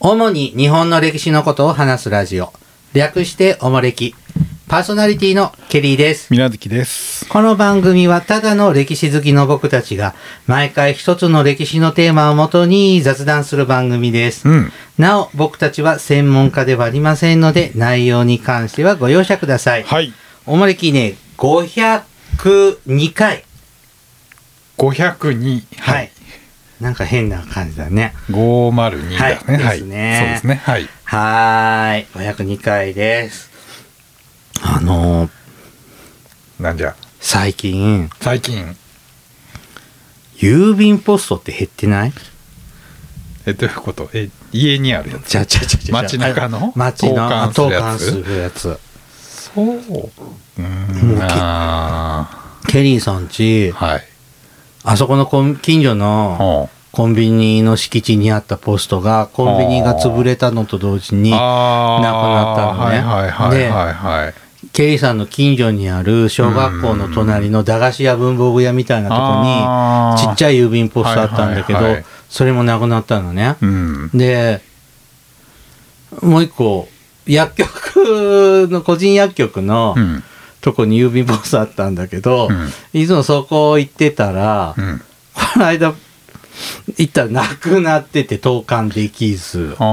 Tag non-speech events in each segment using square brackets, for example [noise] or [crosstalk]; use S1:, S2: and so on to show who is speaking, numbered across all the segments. S1: 主に日本の歴史のことを話すラジオ。略しておもれき。パーソナリティのケリーです。
S2: みなずきです。
S1: この番組はただの歴史好きの僕たちが毎回一つの歴史のテーマをもとに雑談する番組です。
S2: うん。
S1: なお、僕たちは専門家ではありませんので、内容に関してはご容赦ください。
S2: はい。
S1: おもれきね、502回。
S2: 502。
S1: はい。。なんか変な感じだね。
S2: 502だね。
S1: は
S2: は
S1: です
S2: いい。そう
S1: ね
S2: ですね。はい。
S1: はーい。502回です。あのー、
S2: なんじゃ。
S1: 最近、
S2: 最近、
S1: 郵便ポストって減ってない
S2: え、どういうことえ、家にあるやつ。
S1: ちゃちゃちゃちゃ。
S2: 街中の
S1: 街のあ投
S2: 投
S1: 函
S2: 函
S1: す
S2: す
S1: るやつ。
S2: そう。うー。
S1: うん
S2: あ
S1: ケリーさんち
S2: ー、はい。
S1: あそこのコン近所の
S2: ほ
S1: コンビニの敷地にあったポストが、コンビニが潰れたのと同時
S2: う
S1: に、
S2: あー
S1: なくなったのね
S2: はいはい
S1: で
S2: はいはいはい。
S1: ケリーさんの近所にある小学校の隣の駄菓子屋文房具屋みたいなと
S2: あ
S1: こに、ち
S2: ー
S1: っちゃい郵便ポストあったんだけど
S2: はいはいはい、
S1: それもなくなったのね。
S2: うん。
S1: で、もう一個、薬局の、個人薬局の
S2: うん。
S1: とこに郵便ポストあったんだけど、
S2: うん
S1: いつもそこ行ってたら、
S2: うん。
S1: この間、行ったらなくなってて、投函できず、
S2: あ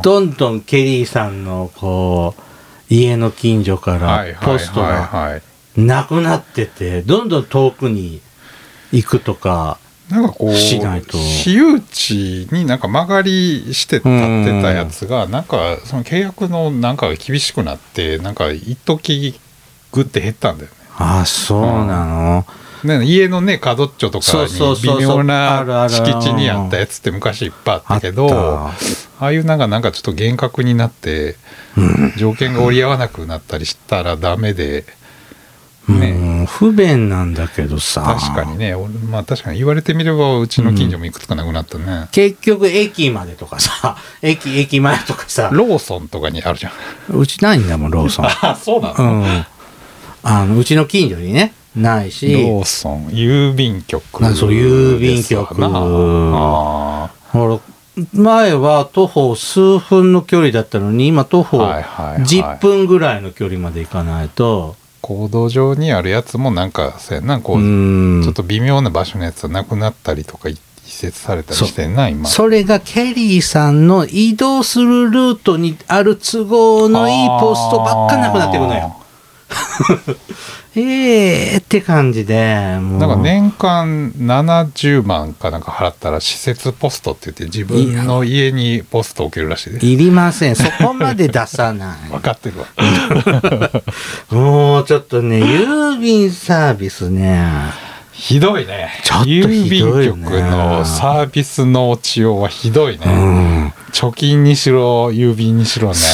S2: ー。
S1: どんどんケリーさんの、こう、家の近所か
S2: はい
S1: ら
S2: はい
S1: ポストが
S2: はいはい。
S1: なくなってて、どんどん遠くに行くとか、
S2: なんかこう、
S1: しないと
S2: 私有地になんか曲がりして建てたやつが、なんかその契約のなんかが厳しくなって、なんか一時グって減ったんだよ
S1: ああ、そうなの、
S2: ね。ね家のね、角っちょと
S1: そ
S2: か
S1: うそうそう
S2: に
S1: そう
S2: 微妙
S1: あるあ
S2: な
S1: る
S2: 敷地にあったやつって昔いっぱいあっ
S1: あ
S2: た
S1: っ
S2: けど、あ
S1: た
S2: あいうなんかなんかちょっと厳格になって、条件が折り合わなくなったりしたらダメで、ね
S1: うん不便なんだけどさ
S2: 確かにね、俺まあ確かに言われてみればうちの近所もいくつかなくなったね。
S1: 結局駅までとかさ [laughs] 駅駅前とかさ
S2: ローソンとかにあるじゃん。
S1: うちないんだもんローソン
S2: あ、 [laughs] そうなの
S1: うんあのうちの近所にねない
S2: ロ
S1: し
S2: ーソン郵便局
S1: あそう郵便局
S2: ですわなあ
S1: ほら前は徒歩数分の距離だったのに今徒歩
S2: はいはいはい
S1: 10分ぐらいの距離まで行かないと、
S2: 行動上にあるやつもなんかそうやなこう、
S1: うん
S2: ちょっと微妙な場所のやつはなくなったりとか移設されたりしてんな今
S1: それがケリーさんの移動するルートにある都合のいいポストばっかなくなってくのよ。ええって感じで、も
S2: あ
S1: う。
S2: ーなんか年間70万かなんか払ったら施設ポストって言って自分の家にポスト置けるらしいです
S1: いりません。そこまで出さな
S2: 分かってるわ [laughs]
S1: い。もうちょっとね、郵便サービスね。
S2: ひどいね
S1: ちょっとひどいよ
S2: 郵便
S1: ね
S2: 局のサービスの落ちようはひどいね、
S1: うん。
S2: 貯金にしろ郵便にしろね
S1: そ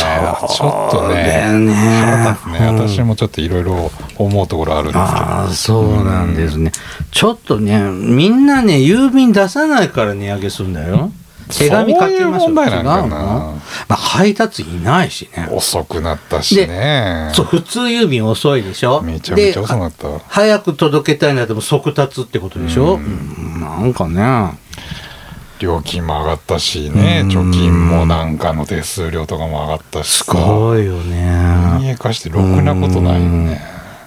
S1: う
S2: ちょっと
S1: だよ
S2: ね
S1: ね
S2: 腹立つね、
S1: うん
S2: 私もちょっといろいろ思うところあるんですけど
S1: ああ、そうなんですね。ちょっとね、みんなね、郵便出さないから値上げするんだよ。手紙書きましょう。
S2: そういう問題なんかな
S1: 違うのまあ、配達いないしね。
S2: 遅くなったしね
S1: そう、普通郵便遅いでしょ。
S2: めちゃめち
S1: で
S2: ゃ遅くなった
S1: 早く届けたいなっても即達ってことでしょ、うんなんかね。
S2: 料金も上がったしね
S1: うん
S2: 貯金もなんかの手数料とかも上がったし
S1: す
S2: さ
S1: ごいよね。
S2: 民営化してろくなことないよね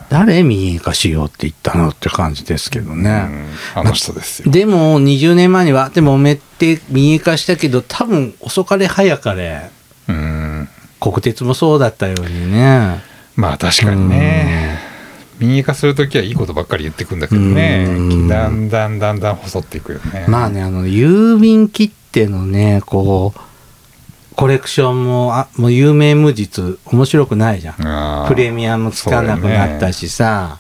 S1: 誰民営化しようって言ったのって感じですけど
S2: う
S1: ね。
S2: んあの人ですよ
S1: でも20年前にはでも揉めて民営化したけど多分遅かれ早かれ
S2: うん
S1: 国鉄もそうだったようにね。
S2: まあ確かにね民営化するときはいいことばっかり言ってくんだけどね
S1: うん
S2: だんだんだんだん細っていくよね
S1: まあねあの郵便切手のねこうコレクションもあもう有名無実面白くないじゃん。
S2: あー
S1: プレミアムつかなくなったしさ、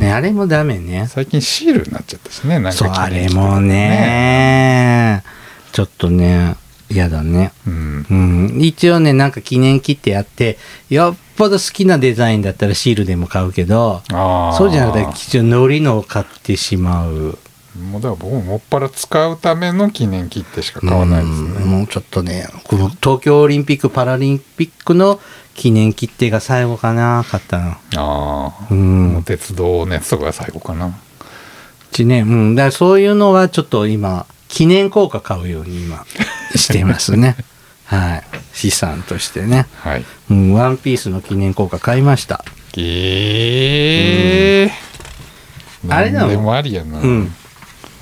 S1: ねあれもダメね。
S2: 最近シールになっちゃったしねなんか
S1: そう、あ
S2: 切り抜
S1: れ
S2: きとか
S1: もね、ちょっとね、嫌だね。
S2: うん
S1: うん、一応ね、なんか記念切手やって、よっぽど好きなデザインだったらシールでも買うけど、
S2: あー
S1: そうじゃなくて、一応ノリのを買ってしまう。
S2: もうだから僕ももっぱら使うための記念切手しか買わないです
S1: うん
S2: ね
S1: もうちょっとね、この東京オリンピック・パラリンピックの記念切手が最後かな、買ったの。
S2: ああ
S1: うん
S2: もう鉄道のやつとかが最後かな
S1: ちね、うん。だから
S2: [laughs]
S1: そういうのはちょっと今、記念硬貨買うように今、してますね。はい。資産としてね。
S2: はい。
S1: うん、ワンピースの記念硬貨買いました。
S2: ええ
S1: んあれだもん
S2: でもありやな。
S1: うん。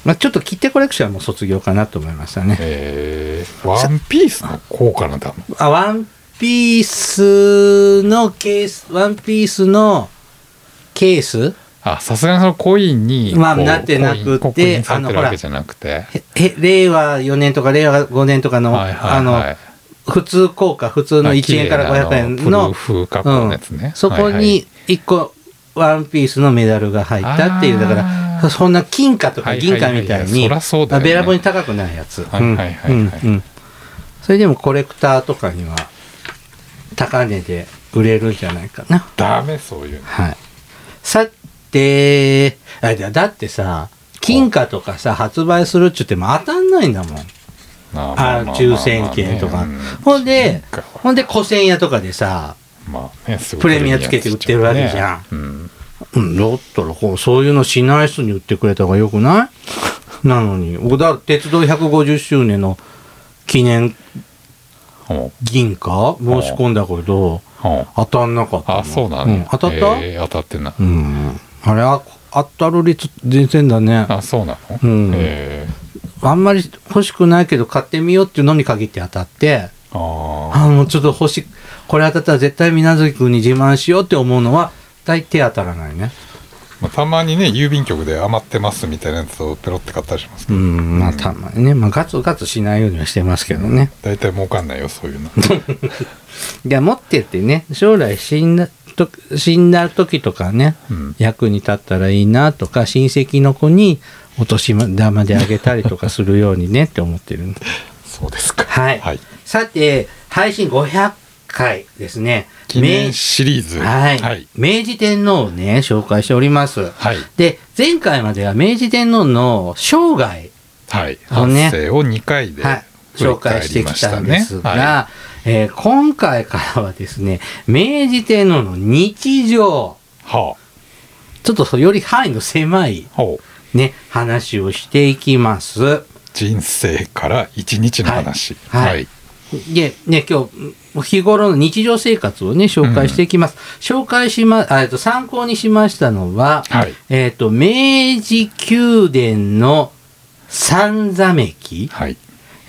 S1: まあ、ちょっと切手コレクションも卒業かなと思いましたね。
S2: えー、ワンピースの効果なんだもん。
S1: あ、ワンピースのケース、ワンピースのケース
S2: あ、さすがにそのコインに、
S1: まあ
S2: こう
S1: なってなくて
S2: コイン刻印されて
S1: あの
S2: る
S1: ほら
S2: わけじゃなくて。
S1: へへ令和4年とか令和5年とかの、
S2: はいはいはい。
S1: あの、普通硬貨、普通の1円から500円
S2: プルー
S1: の、
S2: フ加
S1: う
S2: 工のやつね。
S1: ん、そこ
S2: はいはい
S1: に1個ワンピースのメダルが入ったっていう、だか
S2: あ
S1: ら、
S2: ー
S1: そんな金貨とか銀貨みたい
S2: はいはいはいは
S1: に、
S2: いそらそうだよね
S1: べらぼうに高くないやつ。
S2: はいはいはいはい
S1: うんうんうんそれでもコレクターとかには、高値で売れるんじゃないかな。
S2: ダメそういうの。
S1: はい。さて、あだだってさ、金貨とかさ、発売するっちゅっても当たんないんだもん。
S2: まあまあまあ
S1: あ
S2: まあ
S1: 抽選券とか
S2: うん。
S1: ほんで
S2: 金貨は、
S1: ほんで古銭屋とかでさ、
S2: まあね、すごい
S1: プレミアつけて売ってるわけじゃん
S2: ねうん。
S1: うん、だったらこう、そういうのしない人に売ってくれた方がよくない
S2: [laughs]
S1: なのに、小田鉄道150周年の記念
S2: ほう
S1: 銀貨申し込んだけど、
S2: ほう
S1: 当たんなかったの。
S2: あ、そうなん
S1: ん当たった、
S2: えー当たってない。
S1: うん。あれ、あ当たる率全然だね。
S2: あ、そうなの
S1: うん
S2: えー
S1: あんまり欲しくないけど買ってみようっていうのに限って当たって、
S2: あ
S1: ああ、もうちょっと欲しい、これ当たったら絶対水無月君に自慢しようって思うのは、大抵当たらないね。
S2: ーまあたまにね、郵便局で余ってますみたいなやつをペロって買ったりしますけ
S1: う
S2: ど、
S1: ん、まあたまにね、まあガツガツしないようにはしてますけどね。
S2: 大体儲かんないよ、そうい
S1: [laughs]
S2: うの。
S1: いや、持ってってね、将来死んだ、と死んだ時とかね、
S2: うん
S1: 役に立ったらいいなとか、親戚の子にお年玉であげたりとかするようにねって思ってるん
S2: [laughs]
S1: で
S2: そうですか。
S1: はい。
S2: はい。
S1: さて、配信500回ですね。
S2: 記念シリーズ。
S1: はい、
S2: はい。
S1: 明治天皇をね、紹介しております。
S2: はい。
S1: で、前回までは明治天皇の生涯、
S2: はい。
S1: あの
S2: 反
S1: ね
S2: 省を2回で
S1: はい、
S2: 振り
S1: 紹
S2: 返
S1: 介し
S2: り
S1: て
S2: ま
S1: き
S2: したた
S1: んで
S2: ね。
S1: すが、
S2: は
S1: えー今回からはですね、明治天皇の日常、
S2: い。は
S1: ちょっとそうより範囲の狭い
S2: あ。ほう。
S1: ね、話をしていきます。
S2: 人生から1日の話。
S1: はいはいで、ね、今日、日頃の日常生活をね、紹介していきます。紹介しま、あえっと、参考にしましたのは、
S2: はい
S1: えっと、明治宮殿の三座めき、
S2: はい。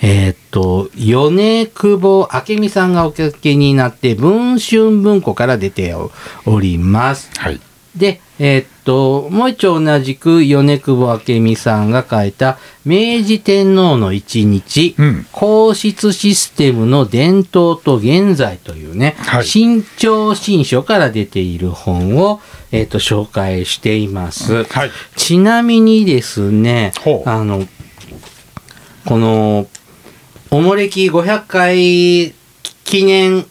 S1: えっと、米久保明美さんがおかけになって、文春文庫から出ております。
S2: はい。
S1: で、えっと、もう一丁同じく米久保明美さんが書いた、明治天皇の一日、
S2: うん。
S1: 皇室システムの伝統と現在というね、
S2: はい
S1: 新潮新書から出ている本を、えっと紹介しています。
S2: はい。
S1: ちなみにですね
S2: ほ、う
S1: あの、この、おもれき500回記念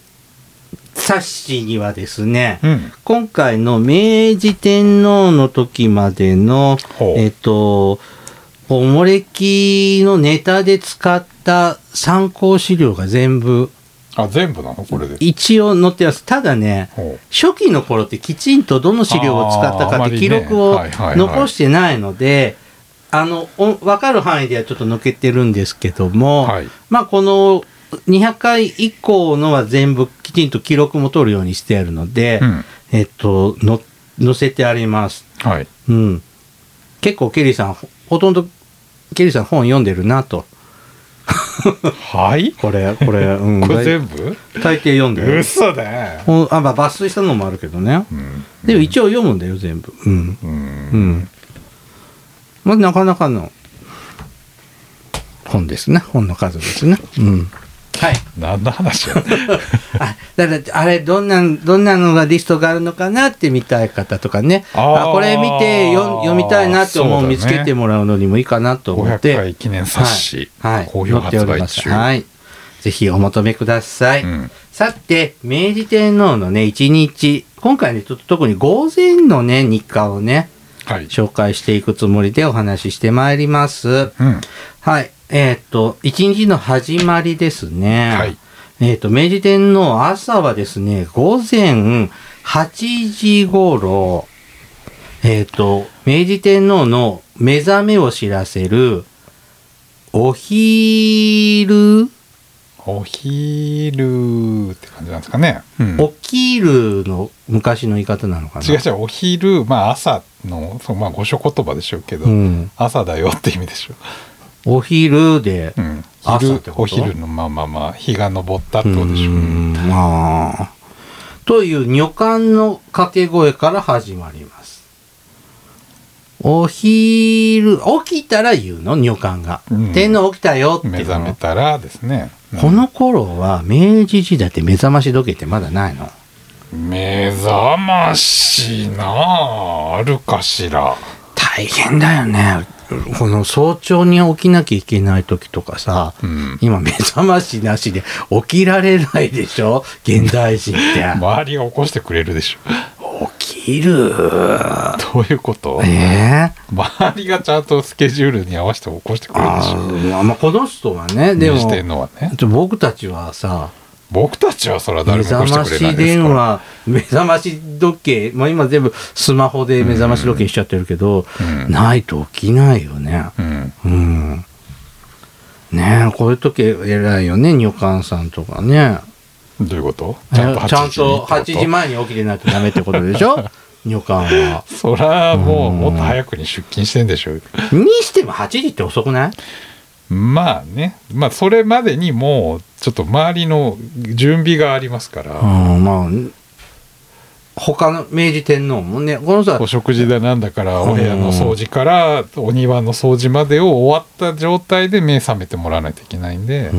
S1: 冊子にはですね、
S2: うん。
S1: 今回の明治天皇の時までの
S2: ほ、う
S1: えっと、おもれきのネタで使った参考資料が全部
S2: あ、全部なのこれで。
S1: 一応載ってます。ただね、
S2: ほ
S1: 初期の頃ってきちんとどの資料を使った
S2: あー
S1: か
S2: あ
S1: っ
S2: ま
S1: て
S2: り
S1: 記
S2: ね
S1: 録を
S2: はいはいはい
S1: 残してないので、あの、おわかる範囲ではちょっと抜けてるんですけど
S2: う。
S1: も、
S2: はい。
S1: まあこの200回以降のは全部きちんと記録も取るようにしてあるので、
S2: うん。
S1: えっと、の、載せてあります。
S2: はい。
S1: うん。結構ケリーさん、ほほとんど、ケリーさん本読んでるなと。
S2: はい
S1: これ、これ、うん。
S2: [laughs] これ
S1: 大
S2: 全部
S1: 大抵読んでる。
S2: 嘘だよ。
S1: ほんあ、まあ抜粋したのもあるけどね。
S2: うん。
S1: でも一応読むんだよ、全部。うん。
S2: う。
S1: うんん。まあ、なかなかの本ですね。本の数ですね。うん。はい。
S2: 何の話や
S1: [laughs] あだからあれどんなんどんなのがリストがあるのかなって見たい方とかね
S2: あー
S1: あこれ見て読読みたいなって思う
S2: そうだね
S1: 見つけてもらうのにもいいかなと思って
S2: 500回記念冊子
S1: はいはい、
S2: 好評発売
S1: 載っております
S2: 中
S1: はい、ぜひお求めください、
S2: うん
S1: さて明治天皇のね一日今回ねちょっと特に午前のね日課をね
S2: はい。
S1: 紹介していくつもりでお話ししてまいります
S2: うん。
S1: はい。えーっ、と、一日の始まりですね。
S2: はい
S1: えーっ、と、明治天皇朝はですね、午前8時頃、えーっ、と、明治天皇の目覚めを知らせる、お昼
S2: お昼って感じなんですかね。うん
S1: お昼の昔の言い方なのかな
S2: 違う違う、お昼、まあ朝の、そうまあ御所言葉でしょうけど、
S1: うん。
S2: 朝だよって意味でしょ
S1: お昼で
S2: う。う、ん。
S1: 朝っ
S2: 昼
S1: て、こと
S2: お昼の、まあまあまあ、日が昇ったって
S1: う
S2: ことでしょう。
S1: んまあ。という女官の掛け声から始まります。お昼、起きたら言うの女官が。
S2: うん
S1: 天皇起きたよって
S2: 目
S1: いう
S2: 覚
S1: の
S2: めたらですね。うん
S1: この頃は明治時代って目覚まし時計ってまだないの
S2: 目覚ましなああるかしら。
S1: 大変だよね。この早朝に起きなきゃいけない時とかさ、
S2: うん。
S1: 今目覚ましなしで起きられないでしょ現代人って。
S2: [laughs] 周りが起こしてくれるでしょ。 [laughs]
S1: 起きる
S2: どういうこと
S1: ええ
S2: 周りがちゃんとスケジュールに合わせて起こしてくれるでし
S1: あ
S2: ょ。
S1: ーまあこの人はね、でも
S2: に、してんのはね。
S1: 僕たちはさ、
S2: 僕たちはそれは
S1: 目
S2: 誰も起
S1: 覚
S2: こ
S1: ま
S2: してくれな
S1: し
S2: いです
S1: 電
S2: か
S1: 話、目覚まし時計、まあ今全部スマホで目覚まし時計しちゃってるけど、
S2: うん
S1: ないと起きないよね。
S2: ら。うん。
S1: うん。ねえ、こういう時偉いよね、女官さんとかね。
S2: どういうこと
S1: えちゃんと
S2: 8時にってこと
S1: 8時前に起きてないとダメってことでし
S2: [laughs]
S1: ょ女官は。
S2: そらもう
S1: うん
S2: もっと早くに出勤してんでしょう
S1: にしても8時って遅くない
S2: まあねまあそれまでにもうちょっと周りの準備がありますから、
S1: うん、まあ、他の明治天皇もね、この人は
S2: お食事だなんだから
S1: うん
S2: お部屋の掃除からお庭の掃除までを終わった状態で目覚めてもらわないといけないんで、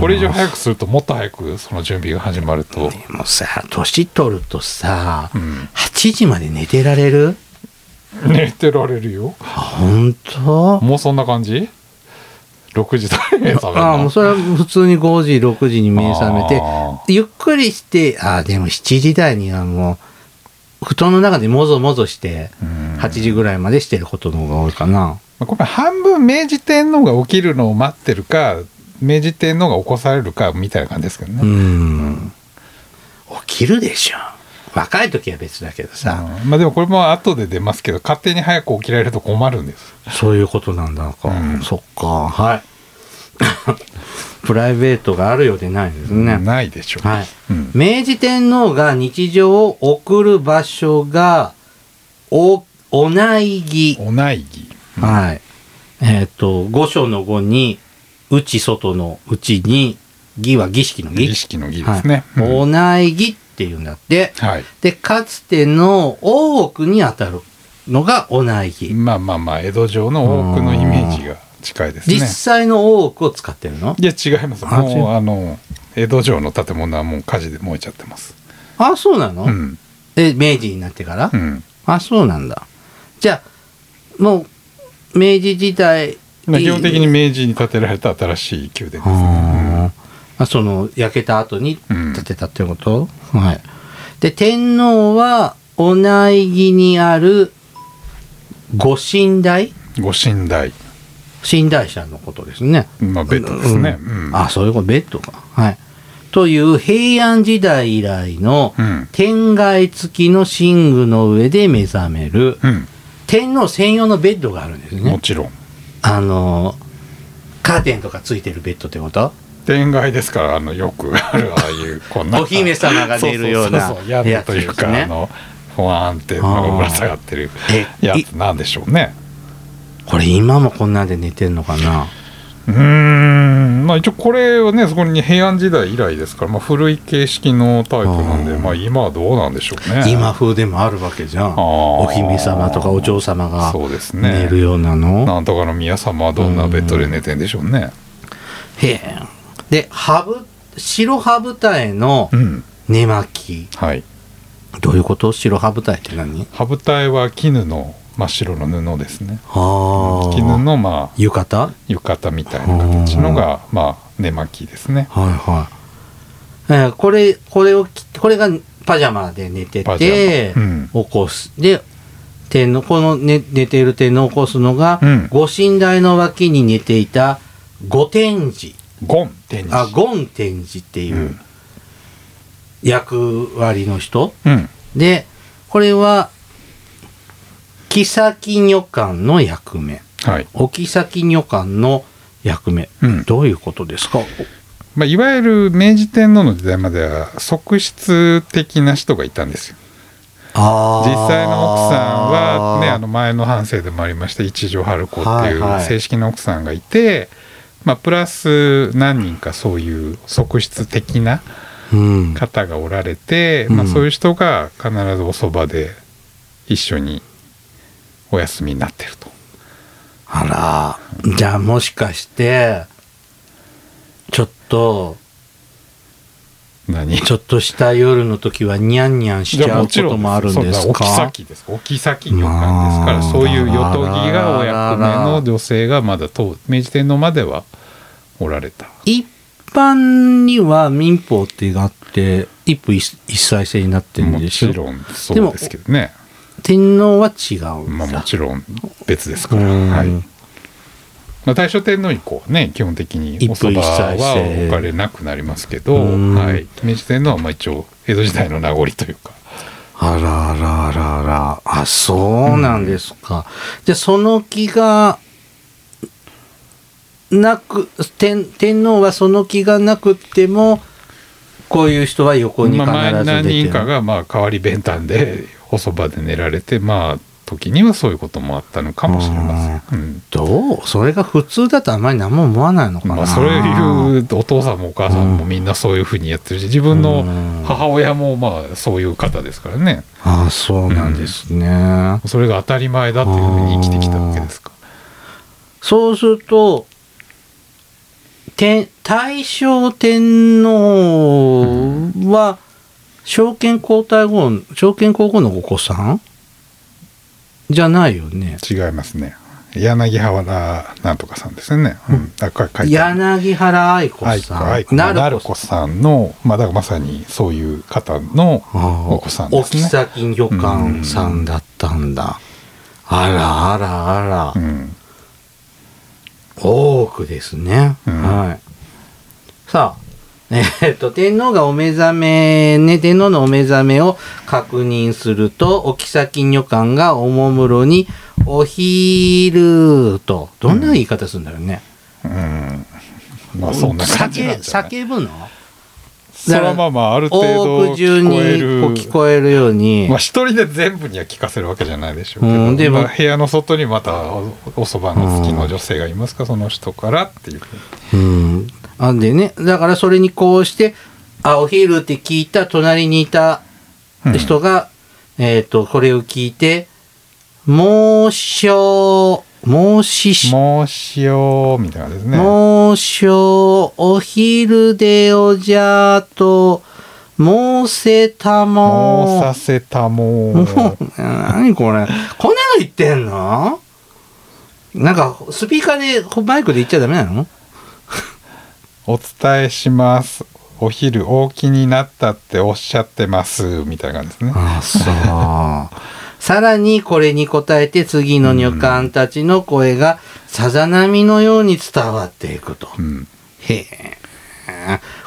S2: これ以上早くするともっと早くその準備が始まると、
S1: でもさ、年取るとさ、
S2: うん、
S1: 8時まで寝てられる
S2: 寝てられるよ
S1: あ、本当
S2: もうそんな感じ ?6 時とかに目覚めるの
S1: ああ、もうそれは普通に5時、6時に目覚めて、
S2: あ
S1: ゆっくりして、ああ、でも7時台にはもう、布団の中でもぞもぞして、
S2: ーうん
S1: 8時ぐらいまでしてることの方が多いかな。
S2: まあこれ半分明治天皇が起きるのを待ってるか明治天皇が起こされるかみたいな感じですけどね、
S1: うん。起きるでしょ。若い時は別だけどさ、
S2: うんまあでもこれも後で出ますけど勝手に早く起きられると困るんです
S1: そういうことなんだか。
S2: うん
S1: そっか、はい。 [laughs] プライベートがあるようでないんですね。
S2: ないでしょう、
S1: はい。
S2: うん
S1: 明治天皇が日常を送る場所が、お、お内儀。
S2: お内儀
S1: はい。えっ、と、五章の五に、内外の内に、儀は儀式の儀。
S2: 儀式の儀ですね、
S1: はい
S2: うん
S1: お内儀っていうんだって。
S2: はい
S1: で、かつての大奥にあたるのがお内儀。
S2: まあまあまあ江戸城の多くのイメージが近いですね
S1: 実際の大奥を使ってるの
S2: いや違います
S1: あ違う
S2: もうあの江戸城の建物はもう火事で燃えちゃってます
S1: あ、そうなの、
S2: うん
S1: え、明治になってから、
S2: うん
S1: あ、そうなんだ。じゃあ、もう、明治時代
S2: まあ基本的に明治に建てられた新しい宮殿ですね
S1: ああその焼けた後に
S2: うん
S1: 建てたってこと、はい。で天皇はお内儀にある御神台
S2: うんご神代
S1: 神台社のことですね。
S2: まあベッドですね
S1: うん
S2: うん
S1: あそういうことベッドか。はい。という平安時代以来の
S2: うん
S1: 天外付きの寝具の上で目覚める
S2: うん、
S1: 天皇専用のベッドがあるんです
S2: も
S1: ね。
S2: ちろん
S1: あのカーテンとかついてるベッドってこと
S2: 天外ですからあのよくあるああいうこんな
S1: お姫様が寝るような
S2: そうそうそうそう
S1: や
S2: 宿
S1: つ
S2: と
S1: ですね
S2: いうか、あのフワーンってのがぶら下がってる
S1: え
S2: や
S1: い
S2: つなんでしょうね
S1: これ今もこんなんで寝てんのかな
S2: うーんまあ一応これはねそこに平安時代以来ですから、まあ、古い形式のタイプなんで
S1: あー
S2: まあ今はどうなんでしょうね
S1: 今風でもあるわけじゃん
S2: ー
S1: お姫様とかお嬢様が
S2: そうですね
S1: 寝るようなの、
S2: なんとかの宮様はどんなベッドで寝てんでしょうね
S1: へえで羽ぶ白羽舞台の
S2: うん、
S1: 寝巻き
S2: はい
S1: どういうこと白羽舞台って何
S2: 羽舞台は絹の真っ白の布ですね
S1: あ
S2: 絹
S1: あ
S2: のまあ
S1: 浴衣
S2: 浴衣みたいな形のが、まあ、寝巻きですね。
S1: はいはい、えーこれこれを着てこれがパジャマで寝て
S2: パジャ
S1: て、
S2: マうん
S1: 起こすで天皇この寝寝ている天皇を起こすのが、
S2: うん
S1: 御神台の脇に寝ていた御天寺
S2: ゴン、天使。
S1: あ権天寺っていううん役割の人、
S2: うん。
S1: でこれは妃女官の役目
S2: はい。
S1: お妃女官の役目、
S2: うん
S1: どういうことですか
S2: まあ、いわゆる明治天皇の時代までは側室的な人がいたんですよ
S1: あ
S2: 実
S1: ー
S2: 際の奥さんは、ね、あの前の反省でもありました一条春子ってい
S1: はいは
S2: う
S1: い
S2: 正式な奥さんがいて、まあ、プラス何人かそういう側室的な
S1: うん、
S2: 方がおられて、
S1: うん
S2: まあ、そういう人が必ずおそばで一緒にお休みになってると。
S1: あら、じゃあもしかして、ちょっと、
S2: 何
S1: ちょっとした夜の時はニャンニャンしちゃうこともあるんです
S2: そ
S1: か
S2: な置き先です置き先旅館ですか
S1: ま
S2: ら
S1: あ
S2: そういう与党着がお役目
S1: あらら
S2: の女性がまだ当明治天皇まではおられた
S1: 一般には民法っていうのがあって、一夫一一妻制になってるん
S2: も
S1: でし
S2: ち
S1: ょ
S2: ろんそうですけどね
S1: 天皇は違うん
S2: まあ、も
S1: だ。
S2: ちろん別ですから、
S1: うん
S2: はいまあ、大正天皇以降はね基本的におそば
S1: 一夫一妻
S2: は
S1: 制
S2: 置かれなくなりますけど、
S1: うん
S2: はい、明治天皇はまあ一応江戸時代の名残というか
S1: あらあらあらあら。あ、そうなんですか。じゃあその気が、なく、天、天皇はその気がなくっても、こういう人は横に
S2: ま
S1: 必
S2: あ、前
S1: ず出
S2: 何
S1: て
S2: 人
S1: る。
S2: かがまあ代わり弁当でおそばで寝られてまあ時にはそういうこともあったのかもしれません、うん
S1: どうそれが普通だとあんまり何も思わないのかな。
S2: まあ、それいうお父さんもお母さんもみんなそういうふうにやってるし自分の母親もまあそういう方ですからね
S1: ああ、そうなんですね。
S2: それが当たり前だというふうに生きてきたわけですから。
S1: そうすると、天大正天皇は、証券皇太后の、証券皇后のお子さんじゃないよね。
S2: 違いますね柳原なんとかさんですよね、うん、あこれ書いてある
S1: 柳原愛子
S2: 愛子
S1: さ
S2: 愛
S1: ん。
S2: 子なる
S1: 子
S2: こさんの、まあ、だからまさにそういう方の
S1: さん。
S2: お子さんですね
S1: 沖崎旅館さんだったんだ。あらあらあら。
S2: うん
S1: 多くですね。
S2: うん
S1: はい。さあ、 [laughs] えーっと、天皇がお目覚め、ね、天皇のお目覚めを確認すると、お妃女官がおもむろに、お昼と、どんな言い方するんだろうね。
S2: うんまあそんな感じなんじゃない
S1: 叫ぶの
S2: それはまあまあある程
S1: 多
S2: 度
S1: く中
S2: 聞
S1: にこう
S2: こえる
S1: 聞こえるように
S2: まあ、、一人で全部には聞かせるわけじゃないでしょうけど、
S1: うんでも
S2: まあ部屋の外にまたおおそばが好きの女性がいますか、その人からっていう
S1: うん。あんでね、だからそれにこうして、あ、お昼って聞いた隣にいた人が、えっ、と、これを聞いて、申しょう、申し
S2: 「
S1: し、
S2: もうしよう」みたいなですね
S1: 申しょう、お昼でおじゃと、申せた
S2: 「もう
S1: も
S2: さ。せたも
S1: も [laughs]
S2: う」
S1: う、何これ。こんなの言ってんのなんか、スピーカーで、こマイクで言っちゃダメなの
S2: お伝えします。お昼大きになったっておっしゃってますみたいな感じですね。
S1: あそう。さらにこれに答えて次の女官たちの声がさざ波のように伝わっていくと。
S2: うん。
S1: へえ。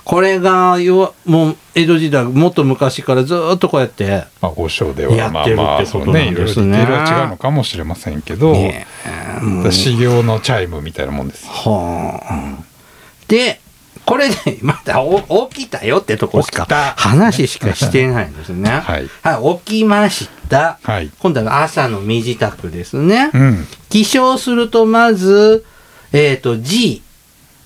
S1: これが要はもう江戸時代もっと昔からずーっとこうやって。
S2: まあ五章で
S1: や
S2: はま
S1: っ
S2: あ
S1: てる
S2: ま
S1: っ
S2: あ
S1: て
S2: そ
S1: こ
S2: う
S1: と
S2: ね
S1: ないん
S2: ろい
S1: で
S2: ろ
S1: す
S2: ディ
S1: ね
S2: テールは違うのかもしれませんけど、
S1: ねえもう
S2: 修行のチャイムみたいなもんですよ。
S1: はあ。で、これで、まだお起きたよってとこし
S2: 起
S1: か
S2: きた、
S1: 話しかしてないんですね。
S2: [laughs] はい
S1: はい、起きました。
S2: はい
S1: 今度は朝の身支度ですね。
S2: うん。
S1: 起床するとまず、えっ、と、G、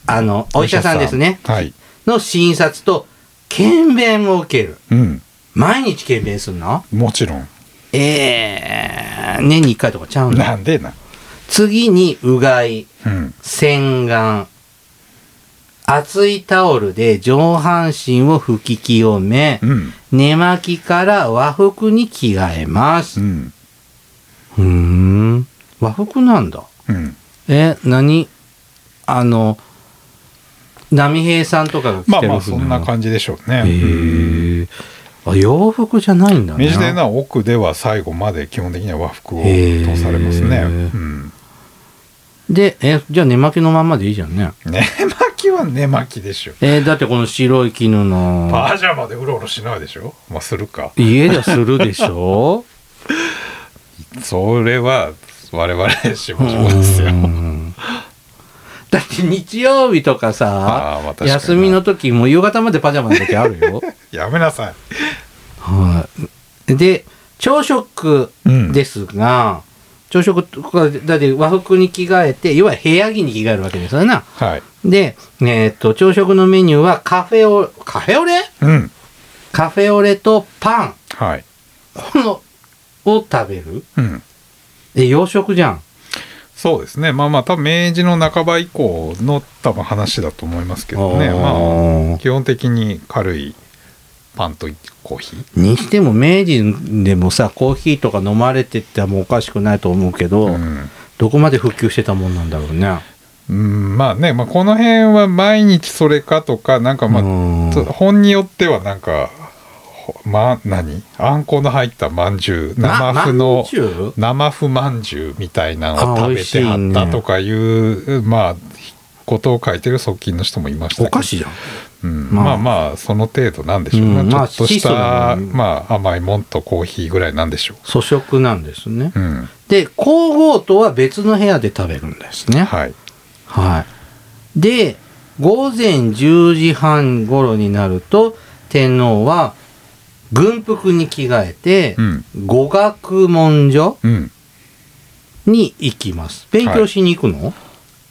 S1: あの、お医者さんですね
S2: お医者。さんはい。
S1: の診察と、検便を受ける。
S2: うん。
S1: 毎日検便するの
S2: もちろん。
S1: ええ年に1回とかちゃうんだ。
S2: なんでな。
S1: 次に、うがい、
S2: うん。
S1: 洗顔。熱いタオルで上半身を拭き清め
S2: う、ん。
S1: 寝巻きから和服に着替えます
S2: う。ん。
S1: うーん。和服なんだ。
S2: うん。
S1: え何あの波平さんとかが着てる
S2: まあまあそんな感じでしょうね。
S1: へえあ洋服じゃないんだね
S2: 明治天皇は奥では最後まで基本的には和服を通されますね。
S1: へー
S2: うん。
S1: でえじゃあ寝巻きのまんまでいいじゃんね
S2: 寝巻きは寝巻きでしょ。
S1: えーだってこの白い絹の
S2: パジャマでうろうろしないでしょまあするか。
S1: 家でするでし
S2: [laughs]
S1: ょ
S2: それは我々しもしもですよ。
S1: うんだって日曜日とか
S2: あーまあ
S1: さ
S2: 確、かにな
S1: 休みの時もう夕方までパジャマの時あるよ。
S2: やめなさい。
S1: はい。で、朝食ですが、朝食とか、だって和服に着替えて、要は部屋着に着替えるわけですよな。
S2: はい。
S1: で、えっと、朝食のメニューはカフェオレ、カフェオレ
S2: うん。
S1: カフェオレとパン。
S2: はい。
S1: この、を食べる
S2: うん。
S1: え、洋食じゃん。
S2: そうですね。まあまあ、多分明治の半ば以降の多分話だと思いますけどね。
S1: あ
S2: ま
S1: ー
S2: あ、基本的に軽いパンとコーヒー。
S1: にしても明治でもさコーヒーとか飲まれててもおかしくないと思うけど、
S2: うん
S1: どこまで普及してたもんなんだろうね。
S2: うん、まあね、まあ、この辺は毎日それかとか、なんかまあ、
S1: うん
S2: と本によってはなんか、ほま、何あんこの入ったまんじゅう、
S1: ま
S2: 生麩の
S1: まん、じゅう
S2: 生麩まんじゅうみたいなのを
S1: あ
S2: 食
S1: 美
S2: べ
S1: 味しい
S2: て
S1: ね
S2: はったとかいう、まあ、ことを書いてる側近の人もいましたけ
S1: お
S2: ど。
S1: 菓子じゃん。
S2: うん
S1: まあ
S2: まあまあ、その程度なんでしょうね。
S1: うん
S2: ちょ
S1: まあ
S2: っとし
S1: 質素
S2: た、
S1: だね
S2: まあ、甘いもんとコーヒーぐらいなんでしょ
S1: 粗食なんですね。
S2: う。うん。
S1: で皇后とは別の部屋で食べるんですね。はい。
S2: はい。
S1: で午前10時半頃になると天皇は軍服に着替えて、
S2: うん
S1: 語学文書
S2: うん。
S1: に行きます。勉強しに行くの、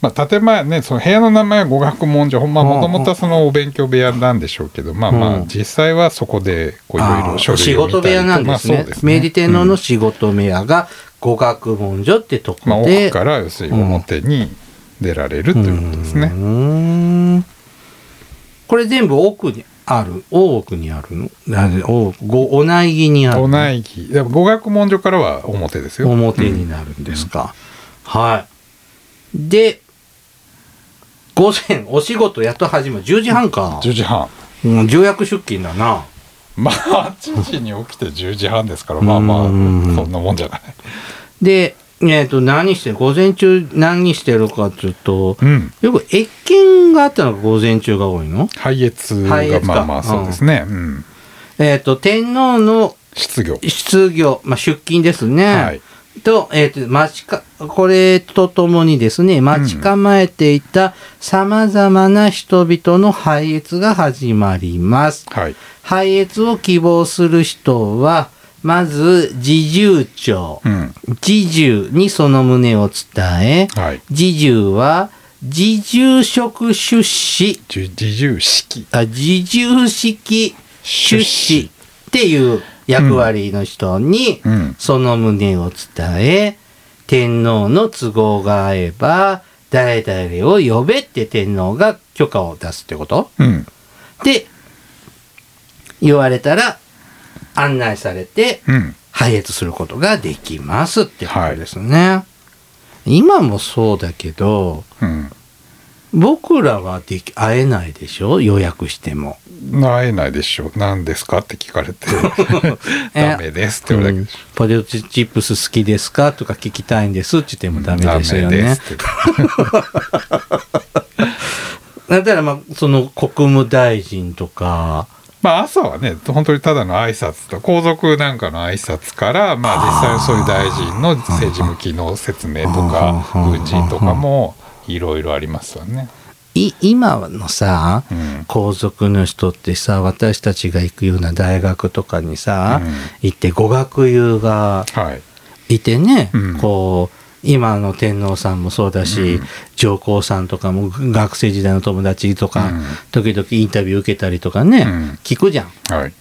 S2: まあ、建前ね、その部屋の名前は語学文書、ほんま
S1: うん
S2: もともとはそのお勉強部屋なんでしょうけど、まあま
S1: う
S2: あ、
S1: ん
S2: 実際はそこで、こういろい
S1: あ
S2: ろ
S1: ー
S2: 書類
S1: 仕
S2: を見たりと
S1: 事部屋なん
S2: ま
S1: で
S2: あ
S1: す
S2: そう
S1: ね
S2: で。すね
S1: 明治天皇の仕事部屋が語学文書ってとこ
S2: まあ、
S1: で。
S2: 奥から要するに表に出られるということです
S1: う
S2: ね。
S1: ーんこれ全部奥にある。大奥にあるのあ大奥ごお内儀にあるの。
S2: お内儀、でも語学文書からは表ですよ。
S1: 表になるんですか。はい。で、午前、お仕事やっと始まる。10時半か。
S2: 10時半。
S1: うん、重役出勤だな。
S2: まあ、8時に起きて10時半ですから、まあまあ、そ
S1: うん
S2: んなもんじゃない。
S1: で、えっ、と、何してる午前中何してるかっていうと、
S2: うん。
S1: よく越見があったのが午前中が多いの
S2: 拝謁
S1: 拝
S2: が、
S1: 謁か
S2: まあまあ、そうですね。うん。
S1: えっ、と、天皇の
S2: 失業。
S1: 失業、まあ、出勤ですね。
S2: はい
S1: と、えっ、と、待ちか、これとともにですね、待ち構えていた様々な人々の拝謁が始まります。
S2: はい。
S1: 拝謁を希望する人は、まず、侍従長
S2: う。ん。
S1: 侍従にその旨を伝え、
S2: はい。
S1: 侍従は、侍従職出資
S2: じゅ自重式。
S1: あ自重式出資っていう役割の人に
S2: うん
S1: その旨を伝え、天皇の都合が合えば誰々を呼べって天皇が許可を出すってこと
S2: うん。
S1: で言われたら案内されて
S2: うん。
S1: 配列することができますってことですね。今もそうだけど
S2: うん。
S1: 僕らはでき会えないでしょ予約しても。
S2: 会えないでしょ何ですかって聞か
S1: [laughs]
S2: れてダメですって言われ
S1: う
S2: る
S1: んポテトチップス好きですかとか聞きたいんですって言ってもダメですよ
S2: ダメ
S1: ね。
S2: すって
S1: だったらまあその国務大臣とか、
S2: まあ朝はね本当にただの挨拶と皇族なんかの挨拶からまあ実際にそういう大臣の政治向きの説明とか
S1: あー
S2: 軍事とかもいろいろありますよね。
S1: い今のさ、
S2: うん
S1: 皇族の人ってさ私たちが行くような大学とかにさ、
S2: うん
S1: 行って語学友が
S2: はい。
S1: いてね、
S2: うん
S1: こう今の天皇さんもそうだし、上皇さんとかも学生時代の友達とか、
S2: うん
S1: 時々インタビュー受けたりとかね、
S2: うん
S1: 聞くじゃん。
S2: はい。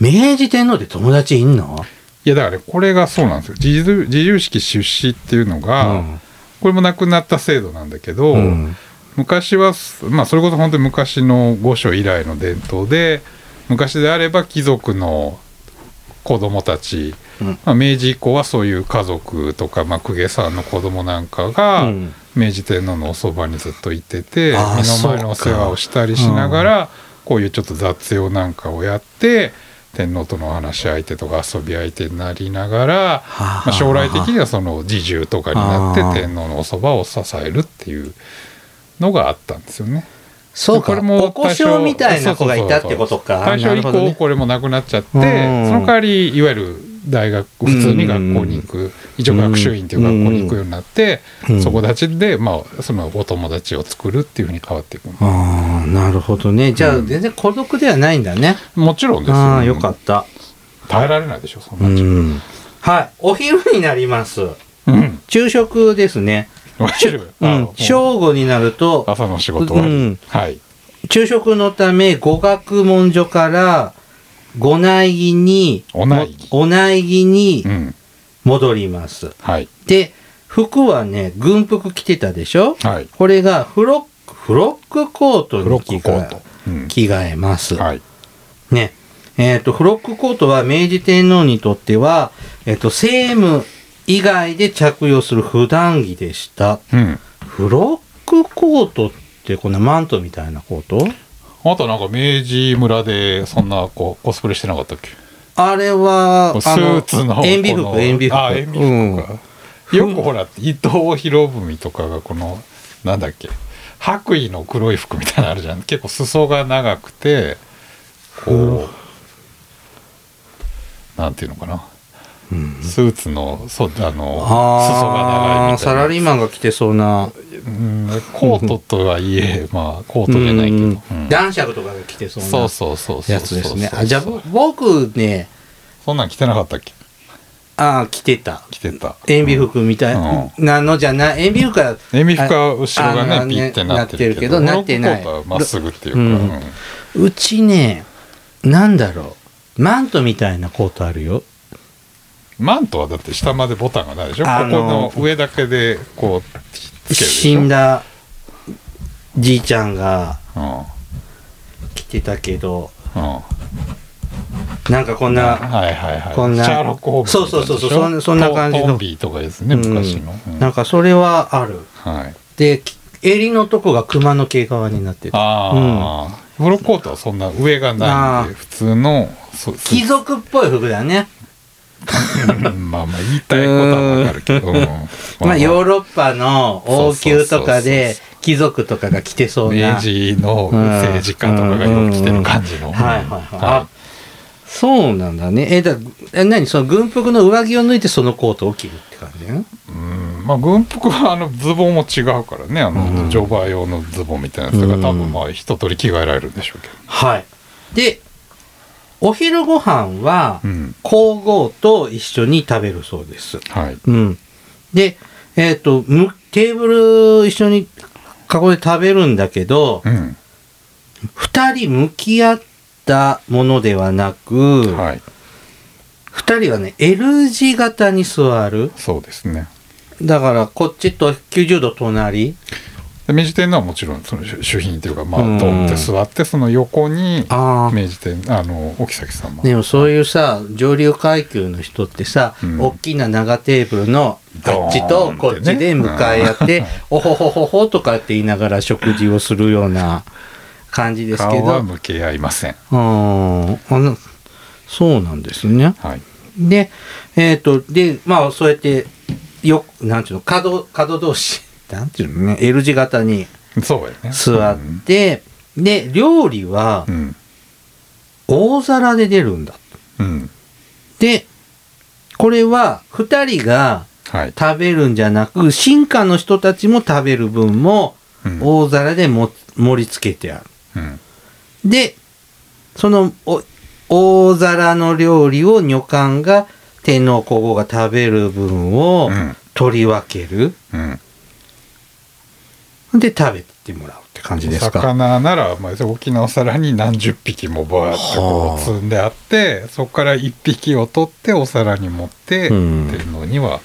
S1: 明治天皇って友達いんの
S2: いやだからねこれがそうなんですよ。自由自由式出資っていうのが、
S1: うん
S2: これもなくなった制度なんだけど、
S1: うん
S2: 昔は、まあ、それこそ本当に昔の御所以来の伝統で昔であれば貴族の子供たち、
S1: うん
S2: まあ、明治以降はそういう家族とか、まあ、公家さんの子供なんかが、
S1: うん
S2: 明治天皇のおそばにずっといてて身
S1: あー
S2: の回りのお世話をしたりしながら、こういうちょっと雑用なんかをやって天皇との話し相手とか遊び相手になりながら、
S1: あ
S2: まあ、将来的にはその侍従とかにな
S1: あ
S2: っ
S1: ー
S2: て天皇のおそばを支えるっていうのがあったんですよね。
S1: そうか、
S2: これも
S1: お故障みたいな子がいたってことか。
S2: 大
S1: な
S2: 正以
S1: るほど
S2: 降
S1: ね
S2: これもなくなっちゃって、
S1: うん
S2: その代わりいわゆる大学普通に学校に行く一応学習院という学校に行くようになって
S1: うん
S2: そこ立ちでまあそのお友達を作るっていうふうに変わっていく
S1: ああ、なるほどね。じゃあ、全然孤独ではないんだね。
S2: もちろんです
S1: ああ、よか
S2: っ
S1: った。
S2: た耐えられないでしょそん
S1: う
S2: な時間
S1: ん。はい。お昼になります。
S2: うん
S1: 昼食ですね。
S2: お昼
S1: う
S2: あ
S1: ん
S2: も。う
S1: 正午になると、
S2: 朝の仕事終わ
S1: う
S2: り
S1: ん
S2: はい
S1: 昼食のため、語学文書から、ご内儀に、
S2: お内儀
S1: お内儀に
S2: うん
S1: 戻ります。
S2: はい
S1: で、服はね、軍服着てたでしょ
S2: はい
S1: これがフロック、フロックコート
S2: ブロ
S1: に
S2: ッ
S1: 着
S2: クコー
S1: 替
S2: ト
S1: え
S2: うん
S1: 着替えます。
S2: はい
S1: ね。えっ、と、フロックコートは明治天皇にとっては、えっ、と、政務以外で着用する普段着でした。
S2: うん
S1: フロックコートってこんなマントみたいなコート
S2: あとなんか明治村でそんなこうコスプレしてなかったっけ
S1: あれは、
S2: スーツの
S1: あ塩ビ
S2: この
S1: 服、塩ビ服。
S2: あ塩ビ
S1: うん
S2: 服か、よくほら伊藤博文とかがこのなんだっけ白衣の黒い服みたいなのあるじゃん結構裾が長くてこうなんていうのかな、スーツのそあの裾が長い
S1: あ
S2: み
S1: あ、サ
S2: た
S1: ラ
S2: いな
S1: リーマンが着てそうな。
S2: うんコートとはい
S1: [laughs]
S2: えまあコートじゃないけど、
S1: う
S2: うんん
S1: 男爵とかが着てそうな。
S2: そうそうそうそう
S1: やつですね。
S2: そうそうそう
S1: あ、じゃあ、ぼ僕ね、
S2: そんなん着てなかったっけ
S1: ああ、着てた。
S2: 着てた
S1: 塩ビ服みたいなのじゃない。塩ビ服は、
S2: エミフカは後ろ
S1: あ
S2: が
S1: の
S2: ねピ
S1: ね
S2: ッてなってるけど
S1: なってるけどなってない
S2: モロッココートはまっすぐっていうか、
S1: う
S2: うんん
S1: うちね、なんだろう。マントみたいなコートあるよ。
S2: マントはだって下までボタンがないでしょ、
S1: あの
S2: ここの上だけでこうつけるでしょ
S1: 死ん、だじいちゃんが
S2: うんうん、
S1: 着てたけど、
S2: は
S1: なんかこん
S2: い
S1: な、
S2: はいはい
S1: こんな
S2: シャーロック・ホームズみたい
S1: そ
S2: な
S1: うそうそう
S2: でしょ
S1: そんそんな感じの
S2: トンビーとかですね昔の、
S1: う
S2: うんん
S1: なんかそれはある。
S2: はい
S1: で、き襟のとこが熊の毛皮になってた。
S2: ああ、ブロックコートはそんな上がないんで
S1: あ
S2: 普通のそう
S1: 貴族っぽい服だね。
S2: うんまあまあ言いたいことはわかるけど、うん
S1: [laughs] まあ、ヨーロッパの王宮とかで貴族とかが着てそうな。
S2: 明治の政治家とかがよく来てる感じ
S1: は
S2: の。
S1: いはいはい。あそうなんだね。え、だ、え、何その軍服の上着を脱いでそのコートを着るって感じなの
S2: うんまあ軍服はあのズボンも違うからねあ
S1: うん
S2: のジョバー用のズボンみたいなやつが
S1: うん
S2: 多分まあ一通り着替えられるんでしょうけど、
S1: はい。で、お昼ご飯は
S2: う、ん
S1: 皇后と一緒に食べるそうです。
S2: はい、
S1: うん。で、えっ、と、むテーブル一緒に囲いで食べるんだけど、
S2: うん
S1: 二人向き合ったものではなく、二、
S2: はい、
S1: 人はね、L 字型に座る。
S2: そうですね
S1: だから、こっちと90度隣。
S2: で明治天皇はもちろんその主主賓というかま
S1: うん
S2: あドンって座ってその横に
S1: あ
S2: 明治天あのお妃様
S1: でもそういうさ、上流階級の人ってさ、
S2: うん
S1: 大きな長テーブルのあっち
S2: ドー
S1: と
S2: ン
S1: こ
S2: ってね
S1: っちで向かい合って、 [laughs] おほほほほとかって言いながら食事をするような感じですけ
S2: 顔は
S1: ど、
S2: 向け合いません
S1: うんあのそうなんですね。
S2: はい
S1: で、えっ、と、で、まあそうやって、よ、なんていうの、角、角同士、なんていうのね、L 字型に
S2: そうやね
S1: 座って、で、料理は
S2: うん
S1: 大皿で出るんだ。
S2: うん、うん、
S1: で、これは二人が
S2: はい、
S1: 食べるんじゃなく、進化の人たちも食べる分も
S2: うん
S1: 大皿でも盛り付けてある。
S2: うん
S1: で、そのお大皿の料理を女官が天皇皇后が食べる分を
S2: うん
S1: 取り分ける。
S2: うん
S1: で、食べてもらうって感じですか。
S2: 魚なら、まあ、大きなお皿に何十匹もバーって
S1: は
S2: こ
S1: あ
S2: う積んであって、そこから一匹を取ってお皿に持って、
S1: うん
S2: っていうのには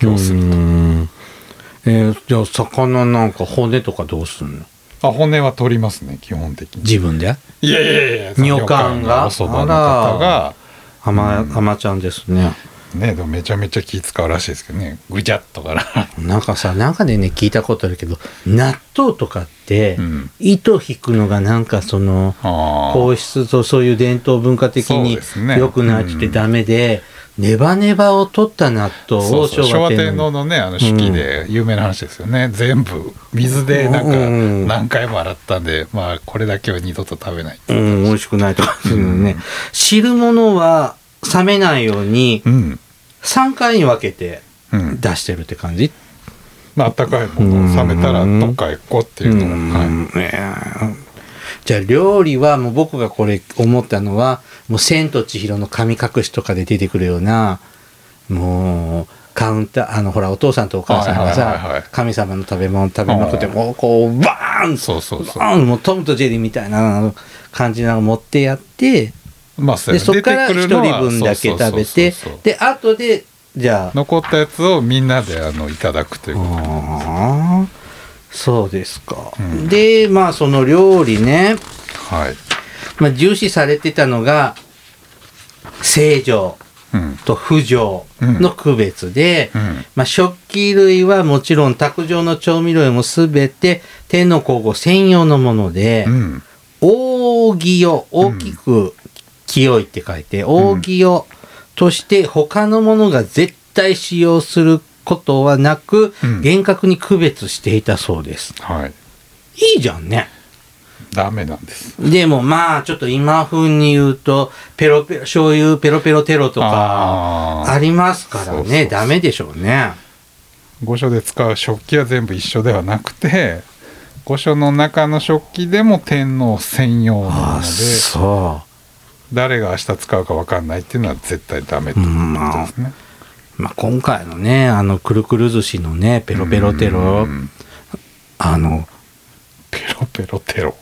S2: 供すると、
S1: うんえーじゃあ魚なんか骨とかどうすんの
S2: あ骨は取りますね基本的に
S1: 自分で
S2: いやいやいやその
S1: 女官が
S2: おそばの方が
S1: あま、あまちゃんですね。
S2: ねでもめちゃめちゃ気使うらしいですけどねぐちゃっと
S1: [laughs]
S2: から、
S1: なんかさ、なんかでね、聞いたことあるけど、納豆とかって、
S2: うん、
S1: 糸引くのがなんかその、
S2: あー
S1: 皇室とそういう伝統文化的
S2: そう
S1: に
S2: ですね
S1: 良くなくてダメで、ネバネバを取った納豆
S2: そ
S1: を
S2: うそう昭
S1: 昭和
S2: 和
S1: 天
S2: 天
S1: 皇
S2: 皇
S1: に
S2: のねあの式で有名な話ですよね、全部水でなんか
S1: うん
S2: 何回も洗ったんで、まあこれだけは二度と食べない
S1: うん、美味しくないとかするのね。汁物は冷めないように
S2: うん
S1: 3回に分けて
S2: うん
S1: 出してるって感じ、
S2: まあ暖かいもの冷めたらどっかへ行こうっていうの
S1: うん
S2: が、はい、
S1: いやじゃあ料理はもう僕がこれ思ったのはもう「千と千尋の神隠し」とかで出てくるようなもうカウンターあのほらお父さんとお母さんが
S2: はいはいはいはい
S1: さ神様の食べ物食べまくって
S2: うん
S1: もうこうバーン
S2: そうそうそう
S1: バーンもうトムとジェリーみたいな感じなの持ってやって
S2: まあそう
S1: で
S2: や
S1: そこから
S2: 出て
S1: 1
S2: くるのは
S1: 人分だけ食べて
S2: そうそうそうそう
S1: で後でじゃあ
S2: 残ったやつをみんなであのいただくということになりま
S1: あーそうですか、
S2: うん
S1: でまあその料理ね、
S2: すはい、
S1: まあ、重視されてたのが正常
S2: うん
S1: と不常の区別で、
S2: うん
S1: まあ、食器類はもちろん卓上の調味料も全て天の皇后専用のもので、
S2: うん
S1: 扇を大きく清いって書いて、扇をとして他のものが絶対使用することはなく、
S2: うん
S1: 厳格に区別していたそうです。
S2: はい
S1: いいじゃんね。
S2: ダメなんです
S1: でもまあちょっと今風に言うと、ペロペロ、醤油ペロペロテロとか
S2: あー
S1: ありますからね、
S2: そうそうそう
S1: ダメでしょうね。
S2: 御所で使う食器は全部一緒ではなくて御所の中の食器でも天皇専用なので
S1: そ
S2: 誰が明日使うか分かんないっていうのは絶対ダメってことですね。
S1: う。まあ今回のね、あの、くるくる寿司のね、ペロペロテロ
S2: う、ん
S1: あの、 [laughs]
S2: ペロペロテロ。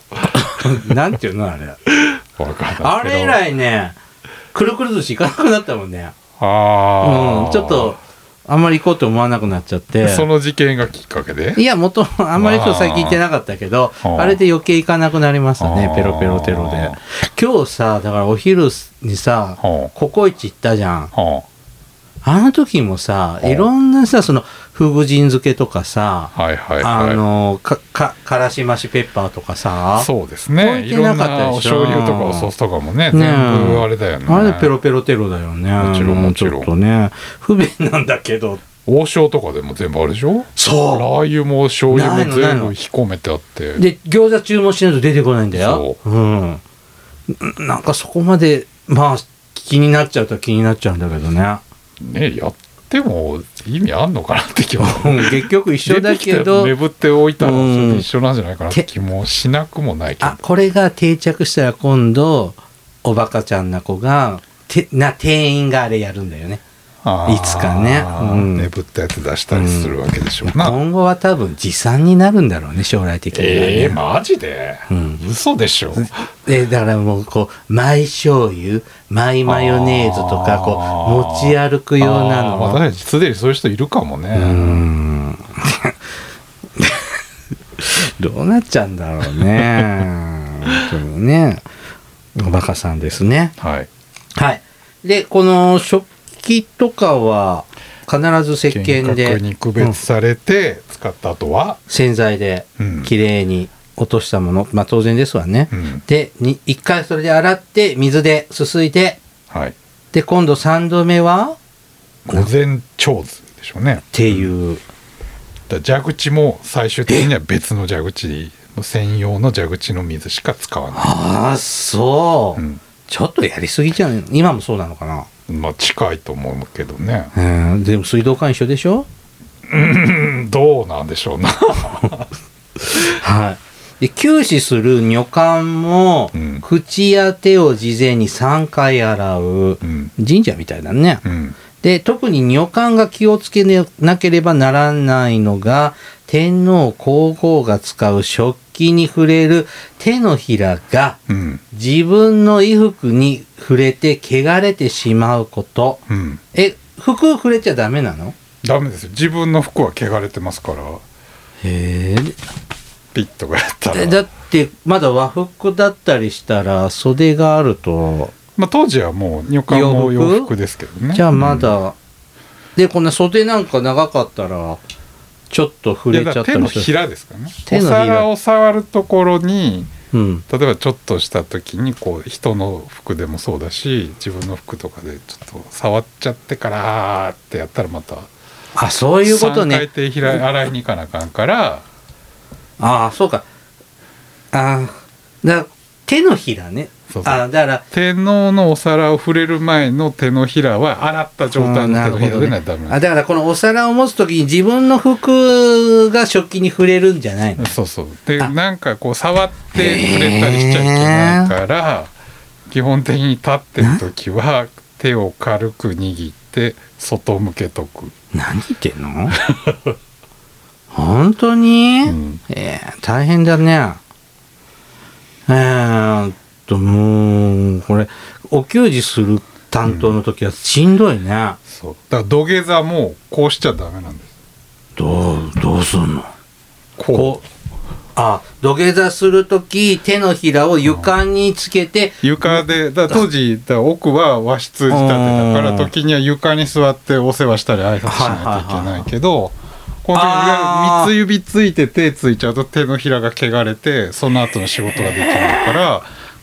S1: なんていうのあれ。
S2: わかんないけど。
S1: あれ以来ね、くるくる寿司行かなくなったもんね。
S2: あー
S1: うん、ちょっと、あんまり行こうと思わなくなっちゃって。
S2: その事件がきっかけで
S1: いや、もとも、あんまりちょっと最近行ってなかったけど、
S2: あー
S1: あれで余計行かなくなりましたね
S2: あ、ー
S1: ペロペロテロで。今日さ、だからお昼にさ、
S2: は
S1: ココイチ行ったじゃん。
S2: あは
S1: あの時もさ、
S2: あー
S1: いろんなさ、その、ふぐ神漬けとかさ、
S2: あはいはいはい。
S1: あの、か、か、からし増しペッパーとかさ、
S2: そうです
S1: 置
S2: ね。
S1: い
S2: い
S1: て
S2: ろ
S1: なんかったでしょ
S2: なお醤油とかおソースとかもね、
S1: ねえ
S2: 全部あれだよね。
S1: あれでペロペロテロだよね。
S2: もちろんもちろん
S1: うちょっとね、不便なんだけど。
S2: 王将とかでも全部あるでしょ
S1: そう
S2: ラー油も醤油も
S1: ない
S2: 全
S1: のないの
S2: 部引っ込めてあって。
S1: で、餃子注文しないと出てこないんだよ。うん。なんかそこまで、まあ、気になっちゃうと気になっちゃうんだけどね。
S2: ねやっても意味あんのかなって気も [laughs]
S1: うん、結局一緒だけ
S2: 出
S1: ど
S2: て、きてっておいたらそ
S1: うん
S2: れ一緒なんじゃないかなって気もしなくもないけど
S1: あ、これが定着したら今度、おバカちゃんな子が、てな、店員があれやるんだよね。
S2: あー
S1: いつかねうん
S2: ねぶったやつ出したりするわけでしょうな、
S1: 今後は多分持参になるんだろうね、将来的にはね。
S2: ええマジで、
S1: うん
S2: 嘘でしょ
S1: でだからもうこうマイ醤油マイマヨネーズとかこう持ち歩くようなの
S2: あー私たちすでにそういう人いるかもね、
S1: うーん [laughs] どうなっちゃうんだろうねでもねおバカさんですね
S2: はい
S1: はいでこの食器とかは必ず石鹸
S2: 厳
S1: で
S2: 格に区別されて使った後は、
S1: 洗剤で
S2: うん
S1: 綺麗に落としたもの、まあ当然ですわね、
S2: うん
S1: でに一回それで洗って水ですすいで
S2: はい
S1: で今度3度目は
S2: 午前腸図でしょうね
S1: っていう
S2: だから蛇口も最終的には別の蛇口専用の蛇口の水しか使わな
S1: ああそう、
S2: うん
S1: ちょっとやりすぎじゃない今もそうなのかない
S2: まあ近いと思うけどね
S1: うんでも水道管一緒でしょ
S2: うんどうなんでしょうな
S1: はいで休止する女官も、
S2: うん
S1: 口や手を事前に3回洗う
S2: うん
S1: 神社みたいだね、
S2: うん
S1: で特に女官が気をつけなければならないのが天皇皇后が使う食器に触れる手のひらが
S2: うん
S1: 自分の衣服に触れて汚れてしまうこと。
S2: うん
S1: え、服触れちゃダメなの
S2: ダメですよ自分の服は汚れてますから
S1: へ
S2: ピッとかやった
S1: え。
S2: ら
S1: だって、まだ和服だったりしたら、袖があると、
S2: まあ、当時はもう女官も
S1: 洋服
S2: 洋服ですけどね
S1: じゃあまだ、で、こんな袖なんか長かったら、ちょっと
S2: うん
S1: 触
S2: いや
S1: れち
S2: だ
S1: ゃった
S2: から
S1: り
S2: 手の
S1: する
S2: ひらですからね
S1: 手
S2: お
S1: のひら
S2: 皿を触るところに
S1: うん。
S2: 例えばちょっとした時にこう人の服でもそうだし自分の服とかでちょっと触っちゃってからあーってやったらまた
S1: あ、そういうこと
S2: 3回
S1: ね。
S2: 手ひら洗いに行かなあかんから
S1: ああ、そうか。ああ。だ手のひらね。
S2: そうそう
S1: あだから、
S2: 天皇のお皿を触れる前の手のひらは洗った状態の手のひらでないとダメな
S1: あ
S2: んで
S1: だからこのお皿を持つときに自分の服が食器に触れるんじゃないの
S2: すそうそうで
S1: あ
S2: なんかこう触って触れたりしちゃいけないから基本的に立ってる時は手を軽く握って外向けとく、
S1: 何言ってんの [laughs] 本当に、
S2: うん
S1: えー大変だね。えーっと、もう、これ、お給仕する担当の時はしんどいね。
S2: そうだから土下座もこうしちゃダメなんです
S1: どう、どうすんの
S2: こう
S1: あ、土下座する時、手のひらを床につけて、
S2: 床でだから当時だから奥は和室仕立てだから時には床に座ってお世話したり挨拶しないといけないけどこの時
S1: あー
S2: 三つ指ついて手ついちゃうと手のひらが汚れてその後の仕事ができないか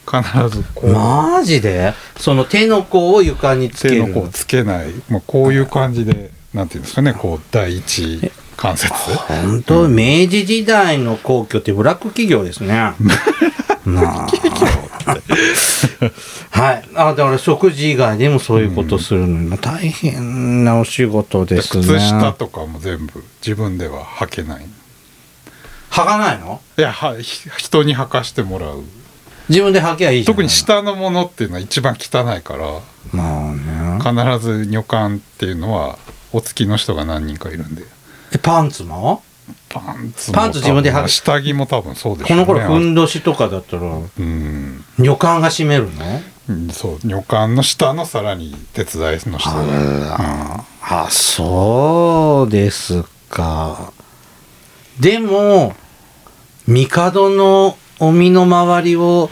S2: ら必ずこう
S1: マジでその手の甲を床につけ
S2: 手
S1: る
S2: の甲つけないもうこういう感じでなんていうんですかねこう第一関節
S1: 本当、明治時代の皇居ってブラック企業ですね。
S2: [laughs]
S1: なあ。はい。あ、だから食事以外でもそういうことするのに、まあ大変なお仕事ですね。
S2: 靴下とかも全部自分では履けない
S1: 履かないの
S2: いやはひ人に履かしてもらう
S1: 自分で履けばいいじゃん。
S2: 特に下のものっていうのは一番汚いから。
S1: まあね。
S2: 必ず女官っていうのはお付きの人が何人かいるんで
S1: えパンツも
S2: パンツも
S1: パンツ自分で履く
S2: 多分下着も多分そうでし
S1: こ
S2: ょうね
S1: の頃、ふんどしとかだったら、
S2: うん
S1: 女官が締めるの
S2: うんそう女官の下のさらに手伝いの人が、うん
S1: あ、そうですか。でも、帝のお身の回りを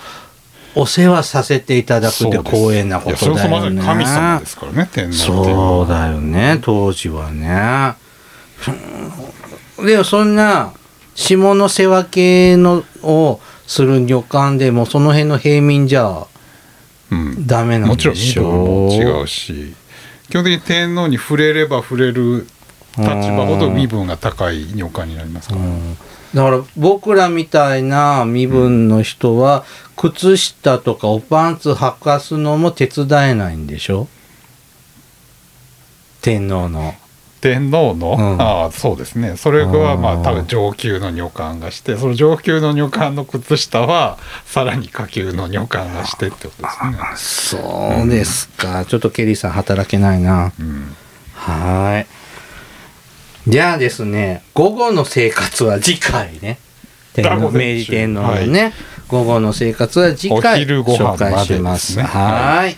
S1: お世話させていただくって光栄なこと
S2: そうで
S1: だ
S2: すいやそ
S1: よ
S2: れ
S1: ね。
S2: こそまさに神様ですからね天皇っていうの
S1: そう
S2: は
S1: だよね、当時はね。ふんでもそんな、下の世話系のをする旅館でも、その辺の平民じゃ
S2: うん
S1: ダメなん
S2: もちろ
S1: で
S2: ん
S1: し
S2: 身
S1: ょ
S2: 分も違うし基本的に天皇に触れれば触れる立場ほど身分が高い女官になりますから、
S1: だから僕らみたいな身分の人は靴下とかおパンツ履かすのも手伝えないんでしょ天皇の。
S2: 天皇の、
S1: うん
S2: ああそうですねそれ
S1: あー
S2: はまあ多分上級の女官がしてその上級の女官の靴下はさらに下級の女官がしてってことですね。
S1: そうですか。ちょっとケリーさん働けないな。
S2: うん、
S1: はーい。じゃあですね、午後の生活は次回ね。天
S2: あ
S1: 皇
S2: 午
S1: 明
S2: 前中
S1: 治天皇のね、午後の生活は次回
S2: お昼ご飯
S1: 紹介します。
S2: までですね
S1: はーい。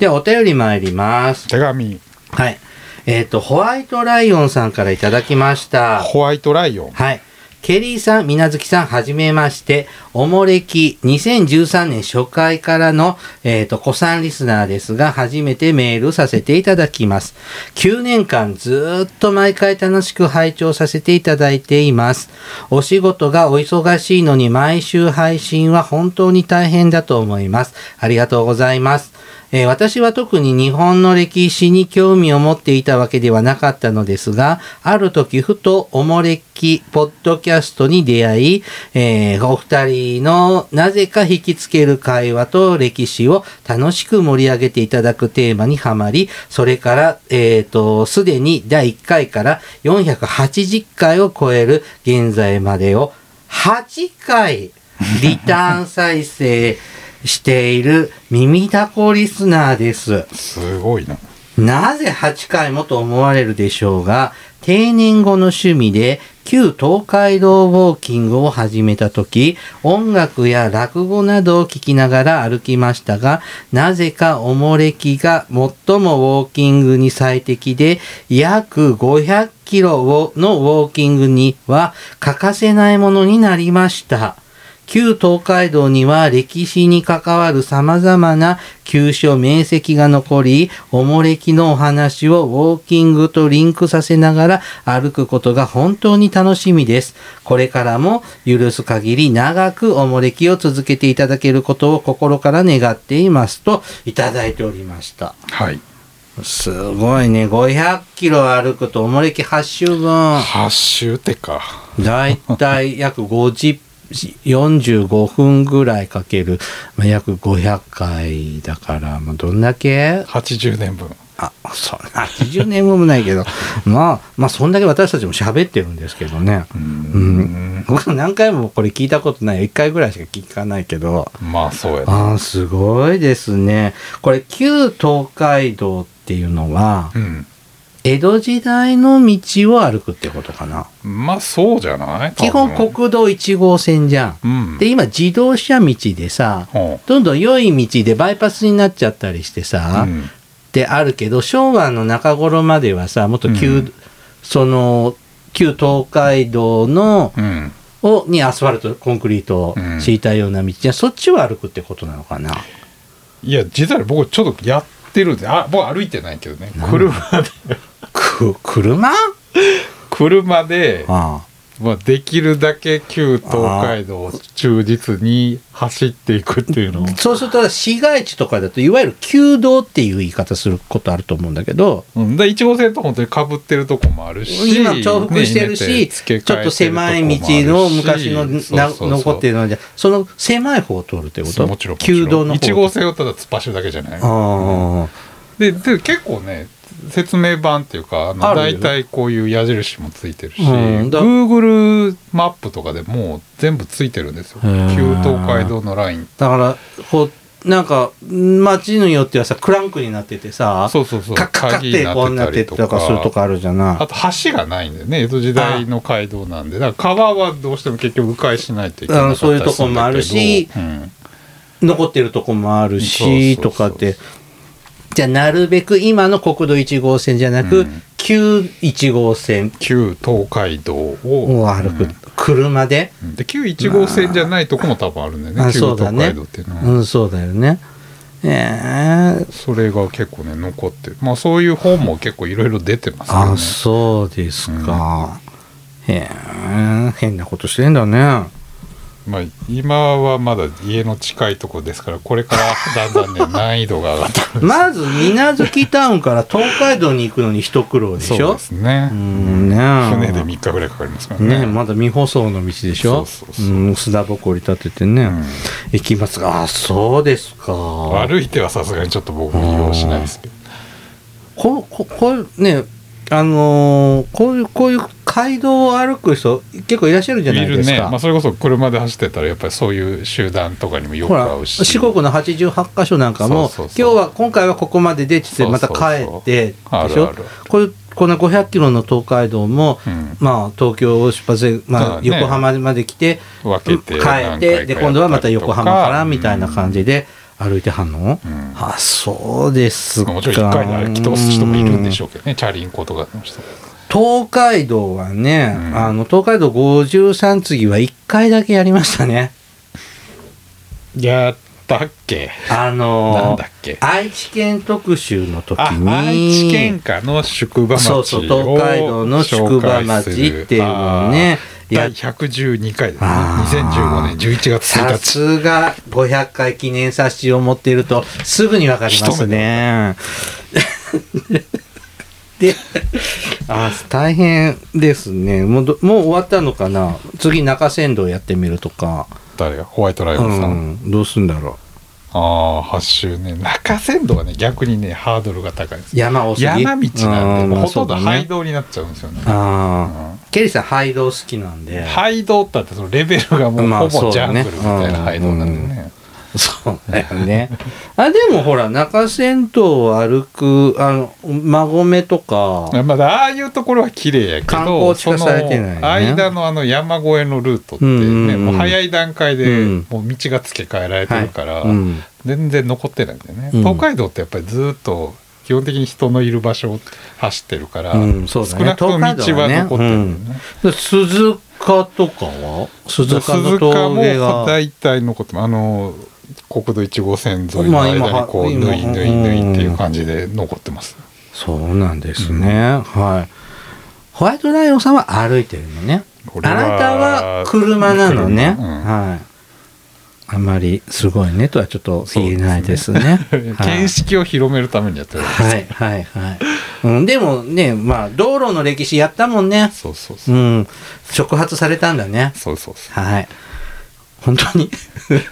S1: ではお便り参ります。
S2: 手紙
S1: はい。えっ、と、ホワイトライオンさんからいただきました。
S2: ホワイトライオン
S1: はい。ケリーさん、みなずきさん、はじめまして。おもれき2013年初回からの、えっ、と、古参リスナーですが、初めてメールさせていただきます。9年間ずーっと毎回楽しく拝聴させていただいています。お仕事がお忙しいのに毎週配信は本当に大変だと思います。ありがとうございます。えー私は特に日本の歴史に興味を持っていたわけではなかったのですが、ある時ふとおもれきポッドキャストに出会い、えーお二人のなぜか引きつける会話と歴史を楽しく盛り上げていただくテーマにはまり、それから、えっ、と、すでに第1回から480回を超える現在までを8回リターン再生している耳だこリスナーです。
S2: すごいな
S1: なぜ8回もと思われるでしょうが、定年後の趣味で旧東海道ウォーキングを始めた時、音楽や落語などを聞きながら歩きましたが、なぜかおもれきが最もウォーキングに最適で、約500キロをのウォーキングには欠かせないものになりました。旧東海道には歴史に関わる様々な旧書名跡が残り、おもれきのお話をウォーキングとリンクさせながら歩くことが本当に楽しみです。これからも許す限り長くおもれきを続けていただけることを心から願っていますといただいておりました。
S2: はい
S1: すごいね。500キロ歩くとおもれき8周分。
S2: 8周ってか
S1: だいたい約50 45分ぐらいかける、まあ、約500回だから、まあ、どんだけ
S2: 80年分
S1: あ、そんな80年分もないけど、まあ、まあ、そんだけ私たちも喋ってるんですけどね。うん。僕何回もこれ聞いたことない。1回ぐらいしか聞かないけど。
S2: まあそうやな、
S1: ああ、すごいですね。これ、旧東海道っていうのは
S2: う、ん、
S1: 江戸時代の道を歩くってことかな。
S2: まあそうじゃない
S1: 基本
S2: 多分
S1: 国道1号線じゃん。
S2: うん
S1: で、今自動車道でさ、
S2: ほ
S1: どんどん良い道でバイパスになっちゃったりして
S2: う
S1: さ、
S2: うん
S1: ってあるけど昭和の中頃まではさもっと旧、
S2: うん
S1: その旧東海道の、
S2: うん
S1: をにアスファルトコンクリートを
S2: うん
S1: 敷いたような道じゃ、そっちを歩くってことなのかな。
S2: いや実は僕ちょっとやってるんであ僕歩いてないけどね車
S1: [laughs]
S2: で
S1: く車あ
S2: 車で
S1: あ
S2: まあ、できるだけ旧東海道を忠実に走っていくっていうのを
S1: そうすると市街地とかだといわゆる旧道っていう言い方することあると思うんだけど
S2: うん、で1号線と本当にかぶってるとこもあるし
S1: 今重複してる
S2: ね
S1: し、
S2: 付け
S1: ちょ
S2: 替え
S1: って
S2: る
S1: と狭い道の昔のな残って
S2: る
S1: るのじゃその狭い方を通るってこ
S2: こもあるしそうそうそう
S1: と
S2: もちろん
S1: 旧道の方
S2: 1号線をただ突っ走るだけじゃな
S1: あ
S2: い
S1: あ
S2: でで結構ね説明版っていうかあの
S1: あるよ
S2: 大体こういう矢印もついてるし、
S1: うんだ
S2: Google マップとかでもう全部ついてるんですよ
S1: へー
S2: 旧東海道のライン
S1: だからこうなんか街によってはさクランクになっててさ
S2: そうそうそう
S1: カッカッカッ
S2: 鍵に
S1: てこうな
S2: なっ
S1: っててたり
S2: たりと
S1: と
S2: か
S1: かするとかあるじゃ
S2: あ
S1: な
S2: と橋がないんだよね江戸時代の街道なんでだから川はどうしても結局迂回しないといけない
S1: うんそういうとこもあるし
S2: うん
S1: い残ってるとこもあるし
S2: そうそうそう
S1: とかってじゃあなるべく今の国土1号線じゃなく、
S2: うん
S1: 旧1号線
S2: 旧東海道を
S1: を歩く、
S2: うん
S1: 車で、
S2: うんで旧1号線じゃないとこも多分あるんだよね
S1: あ
S2: 旧
S1: そう
S2: 東
S1: だね
S2: 海道っていうのは、
S1: うんそうだよねええ
S2: それが結構ね残ってるまあそういう本も結構いろいろ出てます
S1: あ
S2: よ
S1: そうですか、へえ変なことしてんだね
S2: ね、まあ、今はまだ家の近いとこですからこれからだんだんね難易度が上がってくる
S1: まず水無月タウンから [laughs] 東海道に行くのに一苦労 [laughs] でし
S2: そう
S1: ょ
S2: ですね、
S1: んね
S2: 船で3日ぐらいかかりますからね
S1: ねまだ未舗装の道でしょ
S2: そうそうそう
S1: うん、砂ぼこり立ててね、
S2: ん
S1: 行きますがあそうですか
S2: 歩いてはさすがにちょっと僕も利用しないですけど
S1: こここういうねあのーこういうこういう街道を歩く人結構いらっしゃるじゃない
S2: い
S1: で
S2: る
S1: すか
S2: ね、まあ、それこそ車で走ってたらやっぱりそういう集団とかにもよ
S1: ほ
S2: く
S1: ら
S2: 合うし
S1: 四国の88箇所なんかも
S2: そうそうそう
S1: 今日は今回はここまででっつってまた
S2: そうそう
S1: 帰
S2: そう
S1: ってでし
S2: ある
S1: ょ
S2: ある
S1: これこの500キロの東海道も、
S2: うん
S1: まあ、東京を出発で、
S2: だか
S1: ま
S2: ら
S1: あ、
S2: ね
S1: 横浜まで来て,、
S2: 分けて
S1: 帰
S2: 何回か
S1: ってで
S2: やったりとか
S1: 今度はまた横浜からみたいな感じで歩いてはんの、
S2: ん
S1: あそうですか
S2: もちろん一回で歩き通す人もいるんでしょうけどねチャリンコとかの人も
S1: 東海道はね、
S2: うん
S1: あの東海道53次は1回だけやりましたね。
S2: やったっけ
S1: あのー
S2: なんだっけ
S1: 愛知県特集の時
S2: あ
S1: に
S2: 愛知県下の宿場町を
S1: そうそう東海道の宿場町っていうのをね
S2: 紹介する
S1: や
S2: 第112回ですね
S1: あー
S2: 2015年11月1
S1: さ
S2: 日
S1: すが500回記念冊子を持っているとすぐにわかりますね。で、あ、大変ですね。もうど、もう終わったのかな次中山道やってみるとか。
S2: 誰がホワイトライ
S1: う
S2: オンさん、
S1: ん、どうすんだろ
S2: ああ8周年中山道はね逆にねハードルが高いんです
S1: う。山を過ぎ
S2: 山道なんで
S1: う
S2: もう
S1: まあ
S2: ほとんど
S1: そうだね
S2: 廃道になっちゃうんですよね
S1: ああ、ケリーさん、廃道好きなんで。
S2: 廃道ったってそのレベルがもう
S1: まあ
S2: ほぼ
S1: そう
S2: ジャ
S1: だ
S2: ング
S1: ね
S2: ルみたいな廃道なんで
S1: うん
S2: ね
S1: そうだよね。あ、でもほら、中山道を歩く、あの、馬込とか、
S2: まだああいうところは綺麗やけど
S1: 観光地化されてないね
S2: その間のあの山越えのルートってね、
S1: うんうんうん
S2: もう早い段階
S1: う
S2: で
S1: ん
S2: もう道が付け替えられてるから、
S1: はいうん
S2: 全然残ってないんだよね、
S1: うん
S2: 東海道ってやっぱりずっと基本的に人のいる場所を走ってるから、
S1: うんそうだ
S2: 少
S1: ね
S2: なくとも道は残ってるんだよね、
S1: で鈴鹿とかは鈴鹿の
S2: 鈴鹿
S1: 峠
S2: も
S1: が。
S2: 大体残ってあの国道1号線沿いの
S1: まあ今
S2: 間にこう
S1: 今
S2: 縫い縫い縫いっていう感じで残ってます、
S1: そうなんですね。はい。ホワイトライオンさんは歩いてるのね。あ
S2: これは
S1: なたは車なのね。
S2: 車うん
S1: はい。あまりすごいねとはちょっと言えないですね。はい
S2: 見識を広めるためにやってる
S1: はいはいはい。うん、でもね、まあ、道路の歴史やったもんね。
S2: そうそうそう
S1: うん。触発されたんだね。
S2: そうそうそう
S1: はい。本当に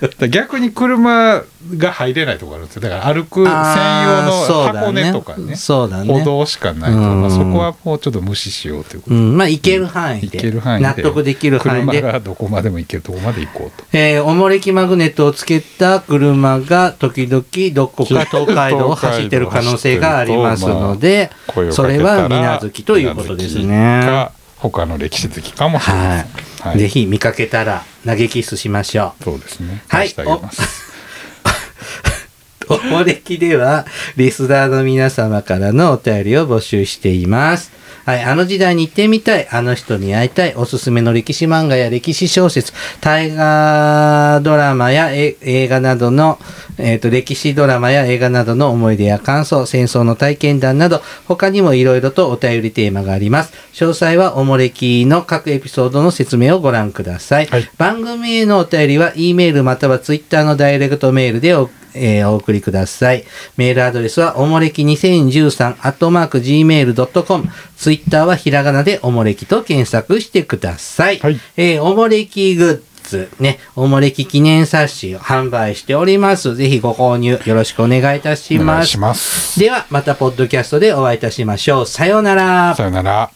S2: だから逆に車が入れないとこあるんですよだから歩く専用の箱根とかね
S1: そうだね
S2: 歩道しかないから、
S1: うん
S2: まあ、そこはもうちょっと無視しようというこ
S1: う
S2: とで、
S1: ん、まあ行ける範囲
S2: 行
S1: で
S2: ける範囲で
S1: 納得できる範囲で
S2: 車がどこまでも行けるとこまで行こうと
S1: えー、おもれきマグネットをつけた車が時々どこ
S2: [laughs]
S1: か東海道を走ってる可能性がありますので、
S2: 声をか
S1: それ
S2: けたら
S1: は水無月ということですね。
S2: か他の歴史好きかもしれま
S1: は
S2: せん
S1: い、ぜひ見かけたら嘆きすしましょ
S2: そうですね
S1: はい
S2: 出してあげます
S1: う。お [laughs] もれきでは、リスナーの皆様からのお便りを募集しています。はい、あの時代に行ってみたい、あの人に会いたい、おすすめの歴史漫画や歴史小説、大河ドラマやえ映画などの、えっ、と、歴史ドラマや映画などの思い出や感想、戦争の体験談など、他にもいろいろとお便りテーマがあります。詳細はおもれきの各エピソードの説明をご覧ください。
S2: はい
S1: 番組へのお便りは、E メールまたは Twitter のダイレクトメールでお,、えーお送りください。メールアドレスは、おもれき2013、アットマーク gmail.com。Twitter はひらがなでおもれきと検索してください。
S2: はい
S1: えーおもれきグッズ、ね、おもれき記念冊子を販売しております。ぜひご購入よろしくお願いいたし
S2: お願
S1: ま
S2: い
S1: す
S2: し。ます
S1: では、またポッドキャストでお会いいたしましょう。さようなら。
S2: さよなら